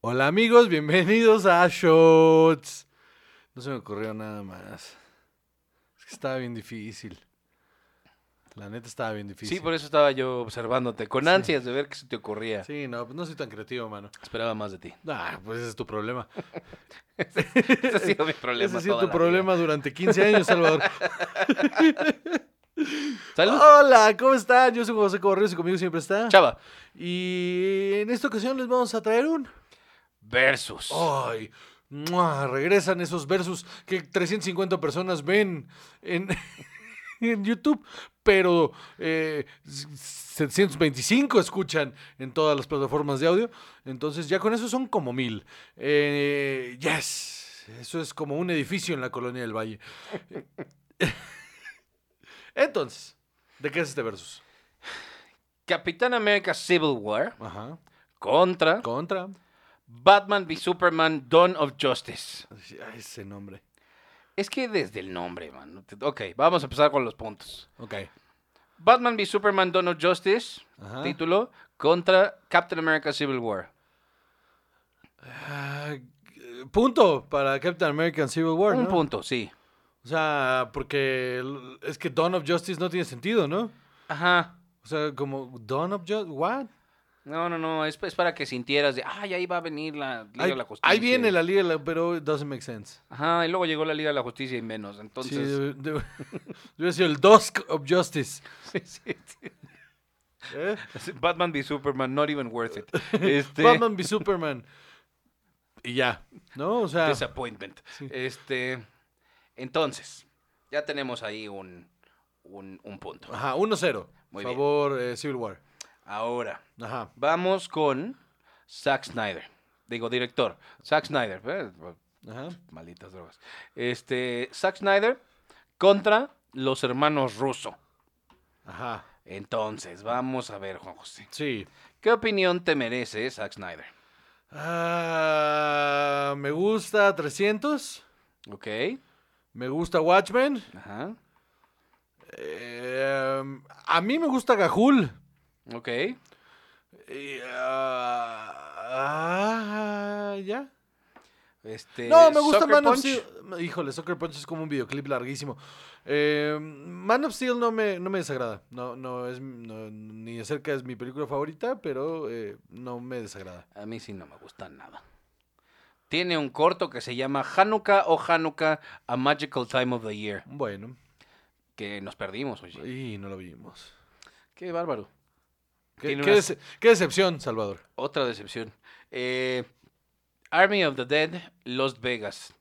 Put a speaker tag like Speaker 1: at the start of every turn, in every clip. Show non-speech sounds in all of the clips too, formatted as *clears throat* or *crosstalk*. Speaker 1: Hola amigos, bienvenidos a Shots. No se me ocurrió nada más. Es que estaba bien difícil. La neta estaba bien difícil.
Speaker 2: Sí, por eso estaba yo observándote, con ansias de ver qué se te ocurría.
Speaker 1: Sí, no, pues no soy tan creativo, mano.
Speaker 2: Esperaba más de ti.
Speaker 1: Ah, pues ese es tu problema.
Speaker 2: *laughs* Ese ha sido mi problema.
Speaker 1: ese ha sido
Speaker 2: toda
Speaker 1: tu
Speaker 2: la vida.
Speaker 1: problema durante 15 años, Salvador.
Speaker 2: *laughs* Salud,
Speaker 1: Ah. Hola, ¿cómo están? Yo soy José Correos y conmigo siempre está.
Speaker 2: Chava.
Speaker 1: Y en esta ocasión les vamos a traer un...
Speaker 2: Versus.
Speaker 1: ¡Ay! ¡Mua! Regresan esos versos que 350 personas ven en, *laughs* en YouTube, pero eh, 725 escuchan en todas las plataformas de audio. Entonces ya con eso son como mil. Eh, ¡Yes! Eso es como un edificio en la colonia del Valle. *laughs* Entonces, ¿de qué es este versus?
Speaker 2: Capitán América Civil War
Speaker 1: Ajá.
Speaker 2: contra
Speaker 1: Contra.
Speaker 2: Batman v Superman Dawn of Justice.
Speaker 1: Ay, ese nombre.
Speaker 2: Es que desde el nombre, man. Ok, vamos a empezar con los puntos.
Speaker 1: Ok.
Speaker 2: Batman v Superman Dawn of Justice,
Speaker 1: Ajá.
Speaker 2: título, contra Captain America Civil War.
Speaker 1: Ah, punto para Captain American Civil War,
Speaker 2: Un
Speaker 1: ¿no?
Speaker 2: punto, sí.
Speaker 1: O sea, porque el- es que Dawn of Justice no tiene sentido, ¿no?
Speaker 2: Ajá.
Speaker 1: O sea, como Dawn of Justice, what?
Speaker 2: No, no, no, es, es para que sintieras de, ay, ahí va a venir la Liga
Speaker 1: Ahí,
Speaker 2: de la Justicia.
Speaker 1: ahí viene la liga, de la- pero it doesn't make sense.
Speaker 2: Ajá, y luego llegó la Liga de la Justicia y menos. Entonces,
Speaker 1: Sí, debe, *laughs* debe- debe ser el Dusk of Justice.
Speaker 2: *laughs* Sí, sí, sí.
Speaker 1: ¿eh?
Speaker 2: *laughs* Batman v Superman, not even worth it.
Speaker 1: *laughs*
Speaker 2: Este,
Speaker 1: Batman v Superman. Y ya, ¿no? O sea,
Speaker 2: Disappointment. Este, entonces, ya tenemos ahí un, un, un punto.
Speaker 1: ajá, 1-0.
Speaker 2: Muy bien.
Speaker 1: Favor eh, Civil War.
Speaker 2: Ahora,
Speaker 1: Ajá.
Speaker 2: vamos con Zack Snyder. Digo, director. Zack Snyder. eh,
Speaker 1: Ajá.
Speaker 2: Malditas drogas. Este, Zack Snyder contra los hermanos Russo.
Speaker 1: Ajá.
Speaker 2: Entonces, vamos a ver, Juan José.
Speaker 1: Sí.
Speaker 2: ¿Qué opinión te merece Zack Snyder?
Speaker 1: Ah, me gusta 300.
Speaker 2: ¿Ok?
Speaker 1: Me gusta Watchmen.
Speaker 2: Ajá.
Speaker 1: Eh, a mí me gusta Gajul.
Speaker 2: ¿Ok?
Speaker 1: Y, ah, ah, ¿Ya?
Speaker 2: Este,
Speaker 1: No, me gusta
Speaker 2: Sucker
Speaker 1: Man of
Speaker 2: Punch.
Speaker 1: Steel. Híjole, Soccer Punch es como un videoclip larguísimo. Eh, Man of Steel no me, no me desagrada. No, no es no, ni de cerca es mi película favorita, pero eh, no me desagrada.
Speaker 2: A mí sí no me gusta nada. Tiene un corto que se llama Hanukkah o Hanukkah, A Magical Time of the Year,
Speaker 1: Bueno,
Speaker 2: que nos perdimos, oye.
Speaker 1: y no lo vimos.
Speaker 2: Qué bárbaro.
Speaker 1: ¿Qué,
Speaker 2: Tiene
Speaker 1: qué
Speaker 2: unas-
Speaker 1: dece- qué decepción, Salvador?
Speaker 2: Otra decepción. Eh, Army of the Dead, Lost Vegas.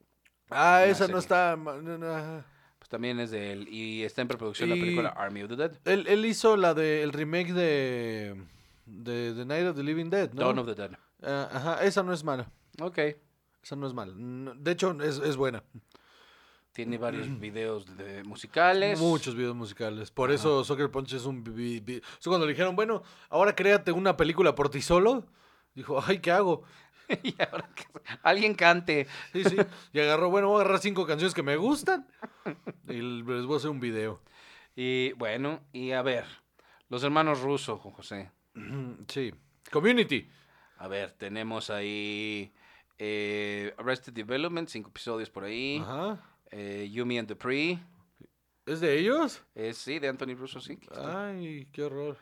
Speaker 1: Ah,
Speaker 2: Una
Speaker 1: esa no
Speaker 2: serie.
Speaker 1: está. ma- no, no, ajá.
Speaker 2: Pues también es de él y está en preproducción la
Speaker 1: Y-
Speaker 2: película Army of the Dead.
Speaker 1: Él, él hizo la de el remake de, de The Night of the Living Dead, ¿no?
Speaker 2: Dawn of the Dead.
Speaker 1: Ah, ajá, esa no es mala.
Speaker 2: Ok.
Speaker 1: Esa no es mala. No, De hecho, es, es buena.
Speaker 2: Tiene varios videos de musicales.
Speaker 1: Muchos videos musicales. Por eso Soccer Punch es un... vi- vi- o sea, cuando le dijeron, bueno, ahora créate una película por ti solo, dijo, ay, ¿qué hago?
Speaker 2: *laughs* Y ahora que- Alguien cante.
Speaker 1: Sí, sí. Y agarró, bueno, voy a agarrar cinco canciones que me gustan y les voy a hacer un video. *clears throat*
Speaker 2: Y bueno, y a ver. Los hermanos rusos, José.
Speaker 1: Sí. Community.
Speaker 2: A ver, tenemos ahí eh, Arrested Development, cinco episodios por ahí.
Speaker 1: Ajá.
Speaker 2: Eh, Yumi and Dupree.
Speaker 1: ¿Es de ellos?
Speaker 2: Eh, sí, de Anthony Russo, sí. aquí
Speaker 1: Ah.
Speaker 2: está.
Speaker 1: Ay, qué horror.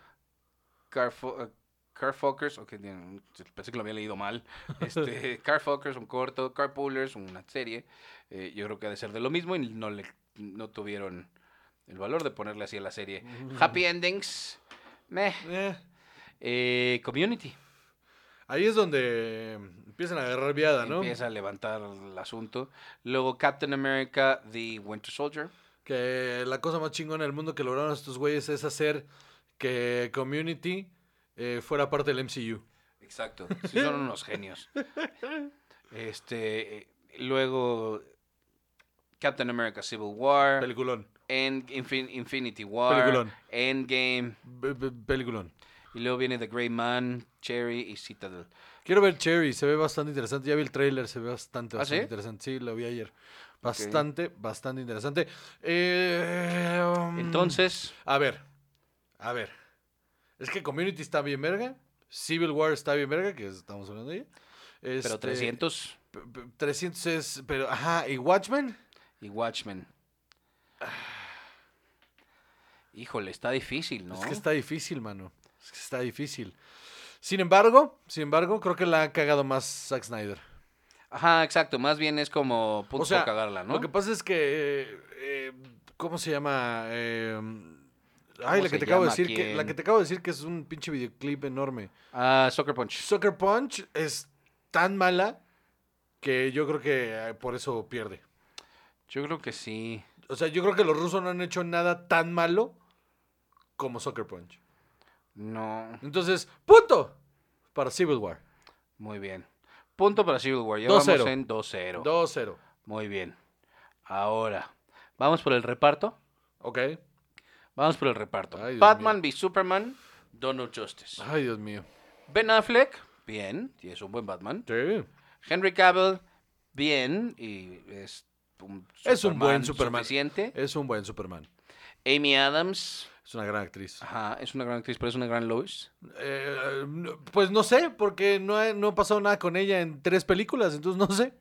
Speaker 2: Carfo- eh, Carfuckers, ok, bien, pensé que lo había leído mal. Este, Carfuckers, un corto. Carpoolers, una serie. Eh, yo creo que ha de ser de lo mismo y no, le, no tuvieron el valor de ponerle así a la serie.
Speaker 1: Mm.
Speaker 2: Happy Endings. Meh.
Speaker 1: Eh,
Speaker 2: Eh, community.
Speaker 1: Ahí es donde empiezan a agarrar viada, ¿no?
Speaker 2: Empieza a levantar el asunto. Luego Captain America, The Winter Soldier.
Speaker 1: que la cosa más chingona del mundo que lograron estos güeyes es hacer que Community eh, fuera parte del MCU.
Speaker 2: Exacto. *laughs* sí, son unos genios. Este, eh, luego Captain America Civil War,
Speaker 1: Peliculón.
Speaker 2: End, Infin- Infinity War,
Speaker 1: Peliculón.
Speaker 2: Endgame,
Speaker 1: Be- be- Peliculón.
Speaker 2: y luego viene The Grey Man, Cherry y Citadel.
Speaker 1: Quiero ver Cherry, se ve bastante interesante. Ya vi el trailer, se ve bastante,
Speaker 2: ¿Ah,
Speaker 1: bastante
Speaker 2: sí?
Speaker 1: interesante. Sí, lo vi ayer. Bastante, bastante interesante. Eh, um,
Speaker 2: Entonces,
Speaker 1: A ver, a ver. Es que Community está bien verga. Civil War está bien verga, que estamos hablando de ella.
Speaker 2: Pero
Speaker 1: Este,
Speaker 2: 300
Speaker 1: p- p- 300 es, pero, ajá, ¿y Watchmen?
Speaker 2: y Watchmen.
Speaker 1: Ah.
Speaker 2: Híjole, está difícil, ¿no?
Speaker 1: Es que está difícil, mano. Es que está difícil. Sin embargo, sin embargo, creo que la ha cagado más Zack Snyder.
Speaker 2: Ajá, exacto. Más bien es como punto
Speaker 1: O sea,
Speaker 2: por cagarla, ¿no?
Speaker 1: Lo que pasa es que, eh, eh, ¿cómo se llama? Eh, ay, la
Speaker 2: se
Speaker 1: que te acabo de
Speaker 2: llama?
Speaker 1: decir, que, la
Speaker 2: ¿Quién?
Speaker 1: que te acabo de decir que es un pinche videoclip enorme.
Speaker 2: Ah, Soccer Punch.
Speaker 1: Sucker Punch es tan mala que yo creo que eh, por eso pierde.
Speaker 2: Yo creo que sí.
Speaker 1: O sea, yo creo que los rusos no han hecho nada tan malo como Sucker Punch.
Speaker 2: No.
Speaker 1: Entonces, punto para Civil War.
Speaker 2: Muy bien. Punto para Civil War. Ya vamos
Speaker 1: 2-0.
Speaker 2: en 2-0.
Speaker 1: 2-0.
Speaker 2: Muy bien. Ahora, vamos por el reparto.
Speaker 1: Ok.
Speaker 2: Vamos por el reparto.
Speaker 1: Ay, Dios
Speaker 2: Batman v Superman, Donald Justice.
Speaker 1: Ay, Dios mío.
Speaker 2: Ben Affleck, bien, y es un buen Batman.
Speaker 1: Sí.
Speaker 2: Henry Cavill, bien, y es un,
Speaker 1: Es un buen Superman.
Speaker 2: suficiente.
Speaker 1: Es un buen Superman.
Speaker 2: Amy Adams,
Speaker 1: Es una gran actriz.
Speaker 2: ajá, es una gran actriz, pero es una gran Lois.
Speaker 1: Eh, no- pues no sé, porque no ha, no ha pasado nada con ella en tres películas, entonces no sé.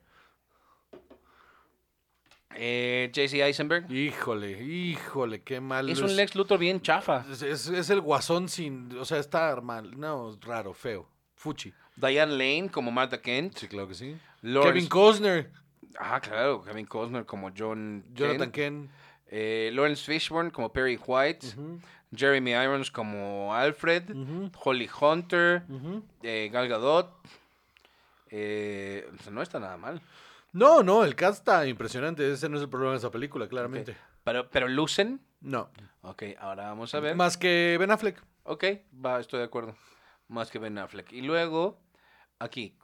Speaker 2: Eh, J.C. Eisenberg,
Speaker 1: Híjole, híjole, qué mal.
Speaker 2: es un Lex Luthor bien chafa.
Speaker 1: es, es- es el guasón sin. O sea, está mal. No, raro, feo. Fuchi.
Speaker 2: Diane Lane como Martha Kent.
Speaker 1: Sí, claro que sí.
Speaker 2: Lawrence-
Speaker 1: Kevin Costner,
Speaker 2: Ah, claro, Kevin Costner como John
Speaker 1: Jonathan
Speaker 2: Kent.
Speaker 1: Ken.
Speaker 2: Eh, Lawrence Fishburne como Perry White.
Speaker 1: Ujú,
Speaker 2: Jeremy Irons como Alfred.
Speaker 1: ujú,
Speaker 2: Holly Hunter.
Speaker 1: ujú.
Speaker 2: eh, Gal Gadot. eh, o sea, no está nada mal.
Speaker 1: No, no, el cast está impresionante. Ese no es el problema de esa película, claramente.
Speaker 2: Pero, pero lucen.
Speaker 1: No.
Speaker 2: Ok, ahora vamos a ver.
Speaker 1: Más que Ben Affleck.
Speaker 2: Ok, va, estoy de acuerdo. Más que Ben Affleck. Y luego, aquí.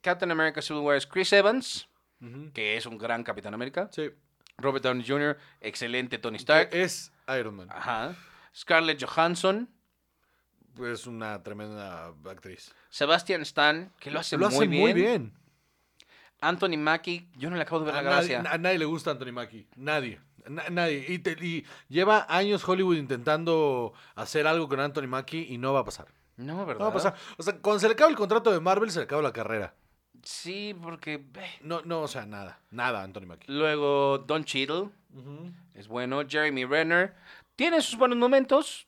Speaker 2: Captain America Civil War es Chris Evans,
Speaker 1: Ujú.
Speaker 2: que es un gran Capitán América.
Speaker 1: Sí.
Speaker 2: Robert Downey Jr., excelente Tony Stark.
Speaker 1: Es Iron Man.
Speaker 2: Ajá. Scarlett Johansson.
Speaker 1: Es una tremenda actriz.
Speaker 2: Sebastian Stan, que lo hace,
Speaker 1: Lo
Speaker 2: muy,
Speaker 1: hace
Speaker 2: bien.
Speaker 1: muy bien.
Speaker 2: Anthony Mackie, yo no le acabo de ver
Speaker 1: A
Speaker 2: la
Speaker 1: nadie,
Speaker 2: gracia.
Speaker 1: a nadie le gusta Anthony Mackie. Nadie. Na- nadie. Y, te- y lleva años Hollywood intentando hacer algo con Anthony Mackie y no va a pasar.
Speaker 2: No, ¿verdad?
Speaker 1: No va a pasar. O sea, cuando se le acaba el contrato de Marvel, se le acaba la carrera.
Speaker 2: Sí, porque... eh.
Speaker 1: No, no, o sea, nada. Nada, Anthony Mackie.
Speaker 2: Luego Don Cheadle, es bueno. Jeremy Renner, tiene sus buenos momentos.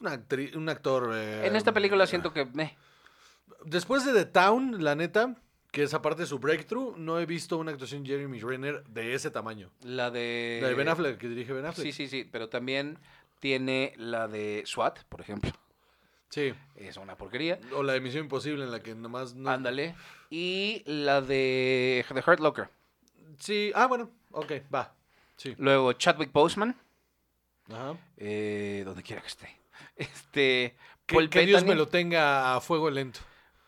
Speaker 1: Una actri- un actor. eh, ah,
Speaker 2: en esta película siento que... meh.
Speaker 1: Después de The Town, la neta, que es aparte de su breakthrough, no he visto una actuación de Jeremy Renner de ese tamaño.
Speaker 2: La de...
Speaker 1: La de Ben Affleck, que dirige Ben Affleck.
Speaker 2: Eh, Sí, sí, sí, pero también tiene la de SWAT, por ejemplo.
Speaker 1: Sí.
Speaker 2: Es una porquería.
Speaker 1: O la de Misión Imposible, en la que nomás. No...
Speaker 2: Ándale. Y la de The Hurt Locker.
Speaker 1: Sí. Ah, bueno. Ok, va. Sí.
Speaker 2: Luego Chadwick Boseman,
Speaker 1: Ajá.
Speaker 2: eh, donde quiera que esté. *laughs* Este...
Speaker 1: Que,
Speaker 2: Paul
Speaker 1: que Dios me
Speaker 2: Bettany.
Speaker 1: lo tenga a fuego lento.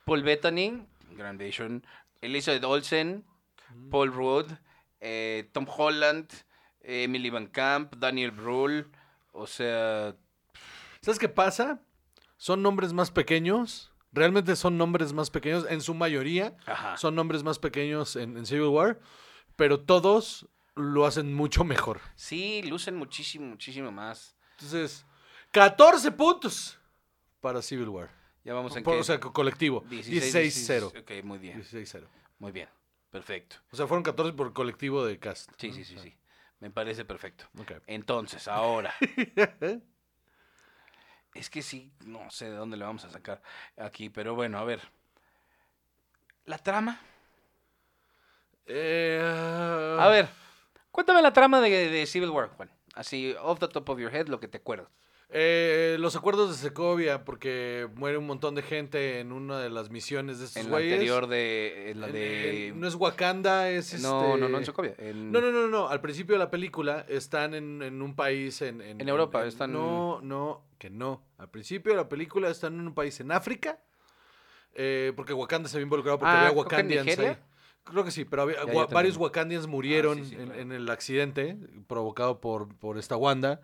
Speaker 2: Paul Bettany, Grandation, Elizabeth Olsen,
Speaker 1: Mm.
Speaker 2: Paul Rudd, eh, Tom Holland, eh, Emily Van Camp, Daniel Brühl, o sea,
Speaker 1: ¿Sabes qué pasa? Son nombres más pequeños. Realmente son nombres más pequeños. En su mayoría
Speaker 2: ajá.
Speaker 1: son nombres más pequeños en, en Civil War. Pero todos lo hacen mucho mejor.
Speaker 2: sí, lucen muchísimo, muchísimo más.
Speaker 1: Entonces, 14 puntos para Civil War.
Speaker 2: Ya vamos en
Speaker 1: Por-
Speaker 2: que
Speaker 1: o sea, co- colectivo. 16-0.
Speaker 2: 16-0. Ok, muy bien,
Speaker 1: 16-0.
Speaker 2: muy bien, perfecto.
Speaker 1: O sea, fueron 14 por colectivo de cast.
Speaker 2: Sí,
Speaker 1: ¿no?
Speaker 2: sí, sí,
Speaker 1: O sea,
Speaker 2: sí, me parece perfecto.
Speaker 1: ok.
Speaker 2: Entonces, ahora, es que sí, no sé de dónde le vamos a sacar aquí, pero bueno, a ver. La trama,
Speaker 1: Eh,
Speaker 2: A ver, cuéntame la trama de, de Civil War, Juan. Así, off the top of your head, lo que te acuerdas.
Speaker 1: Eh, los acuerdos de Secovia, porque muere un montón de gente en una de las misiones de estos
Speaker 2: En la
Speaker 1: güeyes.
Speaker 2: anterior de... En la
Speaker 1: Pues, En-
Speaker 2: de...
Speaker 1: en- no es Wakanda, es
Speaker 2: no,
Speaker 1: este-
Speaker 2: no, no, en Sokovia. En,
Speaker 1: No, no, no, no. Al principio de la película están en, en un país en...
Speaker 2: En Europa, están-
Speaker 1: No, no, que no. Al principio de la película están en un país en África, eh, porque Wakanda se había involucrado porque
Speaker 2: Ah,
Speaker 1: había
Speaker 2: creo que en
Speaker 1: Wakandians
Speaker 2: Nigeria.
Speaker 1: ahí. Creo que sí, pero había-
Speaker 2: Ya, ya
Speaker 1: wa-
Speaker 2: te
Speaker 1: varios
Speaker 2: entendí.
Speaker 1: Wakandians murieron
Speaker 2: Ah, sí, sí,
Speaker 1: en,
Speaker 2: claro.
Speaker 1: en el accidente provocado por, por esta Wanda,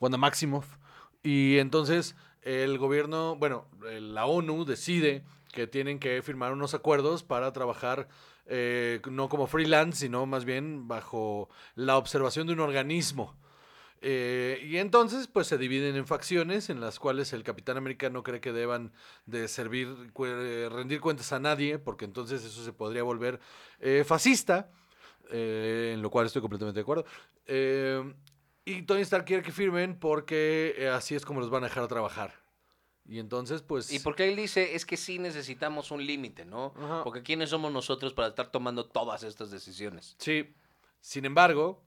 Speaker 1: Wanda Maximoff. Y entonces el gobierno, bueno, eh, la ONU decide que tienen que firmar unos acuerdos para trabajar eh, no como freelance, sino más bien bajo la observación de un organismo. Eh, y entonces, pues se dividen en facciones en las cuales el Capitán América no cree que deban de servir, cu- eh, rendir cuentas a nadie, porque entonces eso se podría volver eh, fascista, eh, en lo cual estoy completamente de acuerdo. Eh, y Tony Stark quiere que firmen porque eh, así es como los van a dejar trabajar. Y entonces, pues...
Speaker 2: Y porque él dice, es que sí necesitamos un límite, ¿no?
Speaker 1: Ajá.
Speaker 2: Porque ¿quiénes somos nosotros para estar tomando todas estas decisiones?
Speaker 1: Sí. Sin embargo,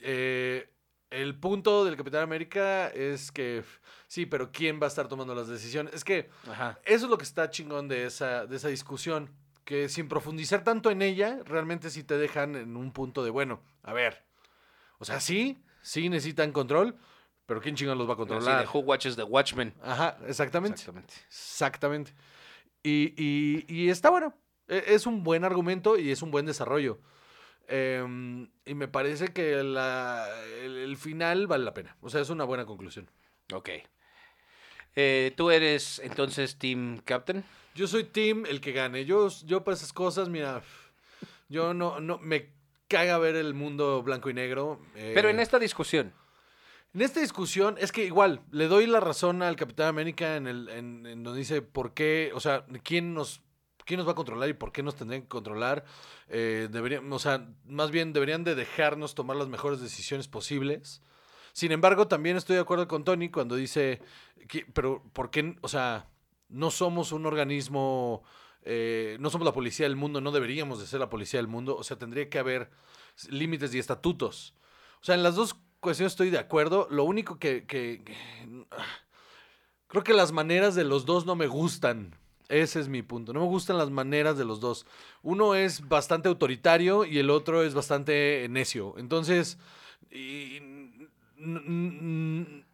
Speaker 1: eh, el punto del Capitán América es que f- sí, pero ¿quién va a estar tomando las decisiones? Es que
Speaker 2: Ajá.
Speaker 1: eso es lo que está chingón de esa, de esa discusión, que sin profundizar tanto en ella, realmente sí te dejan en un punto de, bueno, a ver, o sea, sí, sí necesitan control, pero ¿quién chingón los va a
Speaker 2: Controlar.
Speaker 1: controlar?
Speaker 2: Who watches the Watchmen.
Speaker 1: Ajá, exactamente.
Speaker 2: Exactamente.
Speaker 1: Exactamente. Y, y- y está bueno. E- Es un buen argumento y es un buen desarrollo. Em, y me parece que la- el, el final vale la pena. O sea, es una buena conclusión.
Speaker 2: Ok. Eh, Tú eres entonces Team Captain.
Speaker 1: Yo soy Team, el que gane. Yo, yo para esas cosas, mira, yo no, no me caga ver el mundo blanco y negro. eh,
Speaker 2: Pero en esta discusión.
Speaker 1: En esta discusión, es que igual, le doy la razón al Capitán América en, el, en, en donde dice por qué, o sea, quién nos, quién nos va a controlar y por qué nos tendrían que controlar. Eh, deberían, o sea, más bien deberían de dejarnos tomar las mejores decisiones posibles. Sin embargo, también estoy de acuerdo con Tony cuando dice, que- pero ¿por qué? n- O sea, no somos un organismo, eh, no somos la policía del mundo, no deberíamos de ser la policía del mundo. O sea, tendría que haber s- límites y estatutos. O sea, en las dos cuestiones estoy de acuerdo. Lo único que, que- que- Creo que las maneras de los dos no me gustan. Ese es mi punto. No me gustan las maneras de los dos. Uno es bastante autoritario y el otro es bastante necio. Entonces, y- n- n-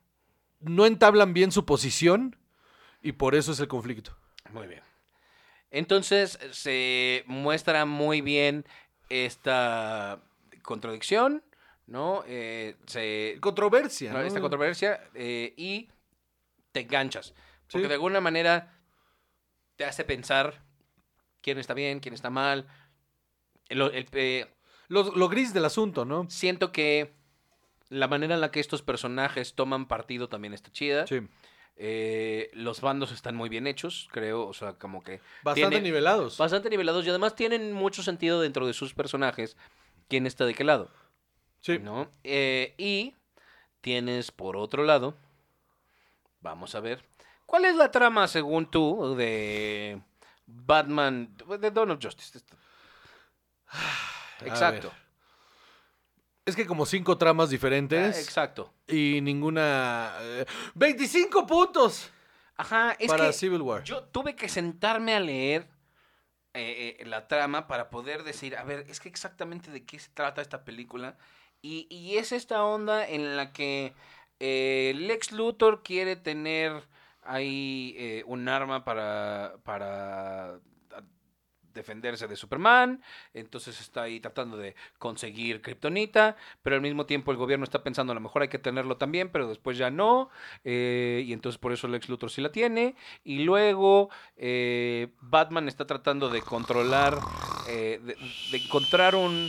Speaker 1: no entablan bien su posición y por eso es el conflicto.
Speaker 2: Muy bien. Entonces se muestra muy bien esta contradicción, ¿no? Eh, se,
Speaker 1: Controversia.
Speaker 2: ¿no?
Speaker 1: ¿no?
Speaker 2: Esta controversia eh, y te enganchas. Porque
Speaker 1: Sí.
Speaker 2: de alguna manera te hace pensar quién está bien, quién está mal. El- el- eh,
Speaker 1: Lo, lo gris del asunto, ¿no?
Speaker 2: siento que la manera en la que estos personajes toman partido también está chida.
Speaker 1: Sí.
Speaker 2: Eh, los bandos están muy bien hechos, creo. O sea, como que
Speaker 1: Bastante
Speaker 2: Tiene-
Speaker 1: nivelados.
Speaker 2: bastante nivelados y además tienen mucho sentido dentro de sus personajes quién está de qué lado,
Speaker 1: Sí.
Speaker 2: ¿no? Eh, y tienes por otro lado, vamos a ver, ¿cuál es la trama según tú de Batman, de Dawn of Justice?
Speaker 1: Ah, A
Speaker 2: Exacto.
Speaker 1: ver. Es que como cinco tramas diferentes.
Speaker 2: Ah, Exacto.
Speaker 1: y ninguna. eh, ¡25 puntos!
Speaker 2: Ajá, es
Speaker 1: para
Speaker 2: que
Speaker 1: Civil War.
Speaker 2: yo tuve que sentarme a leer eh, eh, la trama para poder decir, a ver, es que exactamente de qué se trata esta película. Y, y es esta onda en la que eh, Lex Luthor quiere tener ahí eh, un arma para, para a- defenderse de Superman. Entonces está ahí tratando de conseguir Kryptonita, pero al mismo tiempo el gobierno está pensando, a lo mejor hay que tenerlo también, pero después ya no. eh, y entonces por eso Lex Luthor sí la tiene. Y luego eh, Batman está tratando de controlar, eh, de, de encontrar un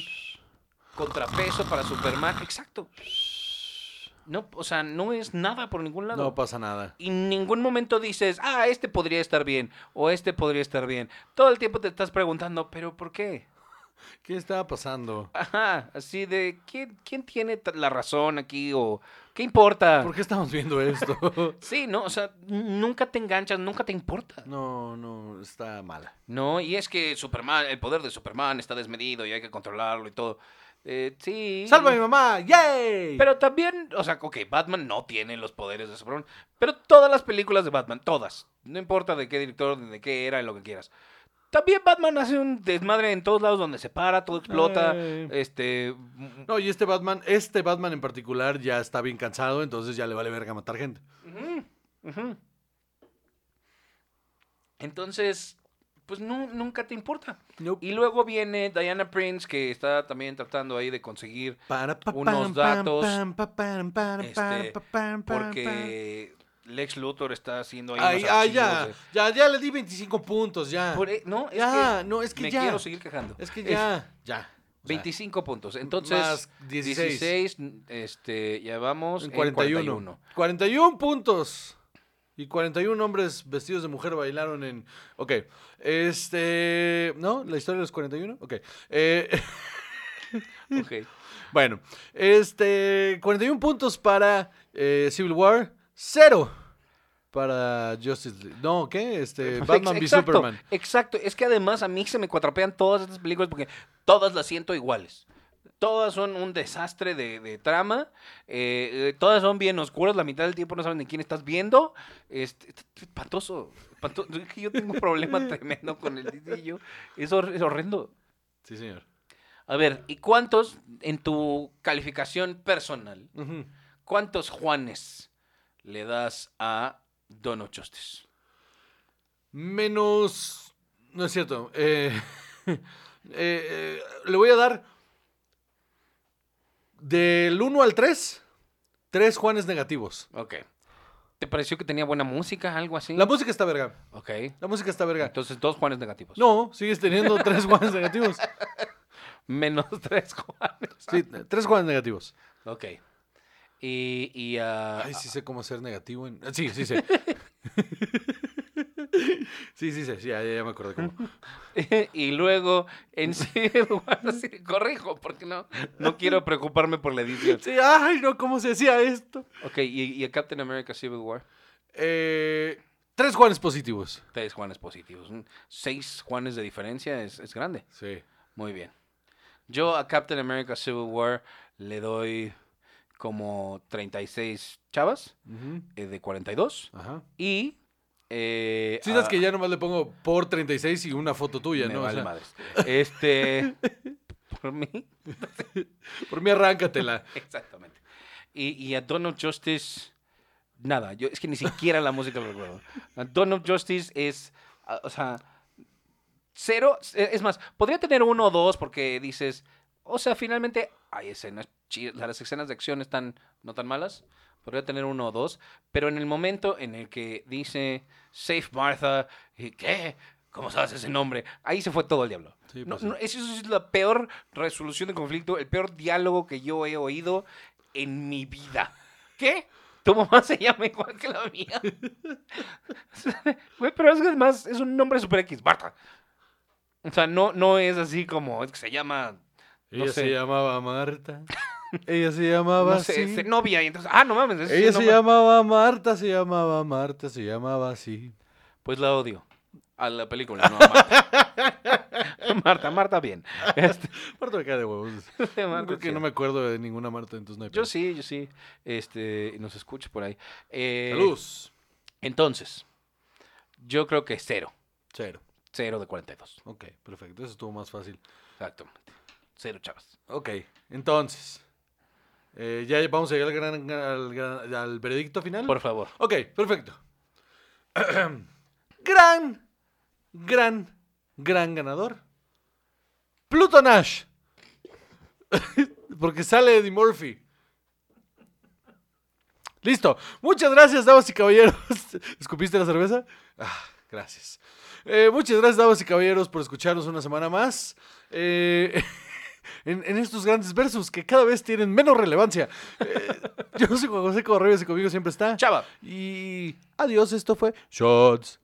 Speaker 2: contrapeso para Superman. Exacto. No, o sea, no es nada por ningún lado.
Speaker 1: No pasa nada.
Speaker 2: Y en ningún momento dices, ah, este podría estar bien, o este podría estar bien. Todo el tiempo te estás preguntando, pero ¿por qué?
Speaker 1: ¿Qué estaba pasando?
Speaker 2: Ajá, así de, ¿quién, quién tiene t- la razón aquí? ¿O qué importa?
Speaker 1: ¿Por qué estamos viendo
Speaker 2: *laughs*
Speaker 1: esto?
Speaker 2: Sí, ¿no? O sea, n- nunca te enganchas, nunca te importa.
Speaker 1: no, no, está mala.
Speaker 2: No, y es que Superman, el poder de Superman está desmedido y hay que controlarlo y todo. Eh, sí.
Speaker 1: ¡Salva a mi mamá! ¡Yay!
Speaker 2: Pero también, o sea, ok, Batman no tiene los poderes de Superman, pero todas las películas de Batman, todas, no importa de qué director, de qué era, lo que quieras. También Batman hace un desmadre en todos lados donde se para, todo explota,
Speaker 1: Ay.
Speaker 2: este... mm,
Speaker 1: Eh, No, y este Batman, este Batman en particular ya está bien cansado, entonces ya le vale verga matar gente.
Speaker 2: ujú, ujú. Entonces, pues no, nunca te importa.
Speaker 1: Nope.
Speaker 2: Y luego viene Diana Prince, que está también tratando ahí de conseguir
Speaker 1: Para, pa,
Speaker 2: unos
Speaker 1: pam, pam,
Speaker 2: datos,
Speaker 1: pam, pa, pam, para,
Speaker 2: este,
Speaker 1: pam, pa, pam, pam, pam.
Speaker 2: porque Lex Luthor está haciendo ahí
Speaker 1: Ay,
Speaker 2: unos
Speaker 1: ay,
Speaker 2: archivos
Speaker 1: ya,
Speaker 2: de-
Speaker 1: ya, ya le di 25 puntos, ya.
Speaker 2: Por e- no, es
Speaker 1: ya,
Speaker 2: que
Speaker 1: no, es que
Speaker 2: me
Speaker 1: ya.
Speaker 2: quiero seguir quejando.
Speaker 1: Es que ya, ya. O sea,
Speaker 2: 25 puntos. Entonces,
Speaker 1: más 16.
Speaker 2: 16, este, ya vamos
Speaker 1: en
Speaker 2: en
Speaker 1: 41. 41 puntos. Y 41 hombres vestidos de mujer bailaron en. Ok. Este. ¿No? ¿La historia de los 41? Ok. Eh, *laughs*
Speaker 2: Ok.
Speaker 1: bueno. Este. 41 puntos para eh, Civil War. Cero para Justice League. No, ¿qué? *laughs* Este. Batman v
Speaker 2: Exacto,
Speaker 1: Superman.
Speaker 2: Exacto, es que además a mí se me cuatrapean todas estas películas porque todas las siento iguales. Todas son un desastre de, de trama, eh, eh, todas son bien oscuras, la mitad del tiempo no saben de quién estás viendo. Este, está- está espantoso, espanto- *laughs* es que yo tengo un problema *laughs* tremendo con el ditillo, es, hor- es horrendo.
Speaker 1: Sí, señor.
Speaker 2: A ver, ¿y cuántos en tu calificación personal,
Speaker 1: Ujú.
Speaker 2: cuántos Juanes le das a Dono Chostes?
Speaker 1: Menos. No es cierto. eh, *laughs* eh, eh, le voy a dar. Del 1 al 3, 3 Juanes negativos.
Speaker 2: Ok. ¿Te pareció que tenía buena música, algo así?
Speaker 1: La música está verga.
Speaker 2: Ok.
Speaker 1: La música está verga.
Speaker 2: Entonces, dos Juanes negativos.
Speaker 1: No, sigues teniendo 3 Juanes negativos.
Speaker 2: Menos *laughs* tres Juanes.
Speaker 1: Sí, 3 Juanes negativos.
Speaker 2: Ok. Y, y ah,
Speaker 1: Ay, sí sé cómo ser negativo. En... Sí, sí sé. Sí, sí sé. sí, ya, ya me acordé cómo.
Speaker 2: *laughs* y luego en Civil War, sí, corrijo, porque no, no quiero preocuparme por la edición.
Speaker 1: Sí, ay, no, ¿cómo se decía esto?
Speaker 2: Ok, y, y a Captain America Civil War,
Speaker 1: Eh, 3 Juanes positivos.
Speaker 2: tres Juanes positivos. Un- Seis Juanes de diferencia es, es grande.
Speaker 1: Sí.
Speaker 2: Muy bien. Yo a Captain America Civil War le doy como 36 chavas
Speaker 1: Ujú.
Speaker 2: eh, de 42.
Speaker 1: Ajá.
Speaker 2: Y. Eh,
Speaker 1: Sí, sabes
Speaker 2: a-
Speaker 1: que ya nomás le pongo por 36 y una foto tuya,
Speaker 2: me
Speaker 1: ¿no? O
Speaker 2: vale
Speaker 1: sea,
Speaker 2: madres. Este. *laughs* por mí.
Speaker 1: por mí arráncatela.
Speaker 2: *laughs* Exactamente. Y, y a Donald Justice. Nada, yo es que ni siquiera la música lo recuerdo. A Donald Justice es. a- O sea. Cero. e- Es más, podría tener uno o dos porque dices. O sea, finalmente hay escenas chidas. Las escenas de acción están no tan malas. Podría tener uno o dos. Pero en el momento en el que dice Safe Martha. y, ¿Qué? ¿Cómo sabes ese nombre? Ahí se fue todo el diablo.
Speaker 1: Sí,
Speaker 2: No,
Speaker 1: pues sí.
Speaker 2: no, eso es la peor resolución de conflicto, el peor diálogo que yo he oído en mi vida. ¿Qué? Tu mamá se llama igual que la mía. *laughs* Güey, pero es que además es un nombre super X, Marta. O sea, no, no es así como, es que se llama,
Speaker 1: Ella
Speaker 2: No sé.
Speaker 1: se llamaba
Speaker 2: *laughs*
Speaker 1: Marta. Ella se llamaba
Speaker 2: no sé,
Speaker 1: así.
Speaker 2: este, novia. Y entonces, ah, no mames. ese
Speaker 1: Ah, Ella se
Speaker 2: nombre-
Speaker 1: llamaba Marta, se llamaba Marta, se llamaba así.
Speaker 2: Pues la odio. A la película, no a Marta. *laughs* Marta, Marta, bien. Este,
Speaker 1: Marta me cae de huevos.
Speaker 2: *laughs* Marta,
Speaker 1: Creo que
Speaker 2: chido.
Speaker 1: no me acuerdo de ninguna Marta, entonces no hay
Speaker 2: Yo
Speaker 1: pedo.
Speaker 2: sí, yo sí. Este, nos escucho por ahí. Eh,
Speaker 1: Saludos.
Speaker 2: Entonces, yo creo que cero.
Speaker 1: Cero.
Speaker 2: Cero de 42.
Speaker 1: Ok, perfecto. Eso estuvo más fácil.
Speaker 2: Exactamente. Cero chavas.
Speaker 1: Ok, entonces. eh, ya vamos a llegar al, gran- al gran- al veredicto final.
Speaker 2: Por favor.
Speaker 1: Ok, perfecto. *clears throat* gran, gran, gran ganador. Pluto Nash. *laughs* Porque sale Eddie Murphy. Listo. Muchas gracias, damas y caballeros. *laughs* ¿Escupiste la cerveza? Ah, gracias. Eh, muchas gracias, damas y caballeros, por escucharnos una semana más. Eh, *laughs* en, en estos grandes versos que cada vez tienen menos relevancia. Eh, yo soy Juan José Correos y conmigo siempre está.
Speaker 2: Chava.
Speaker 1: Y adiós, esto fue Shots.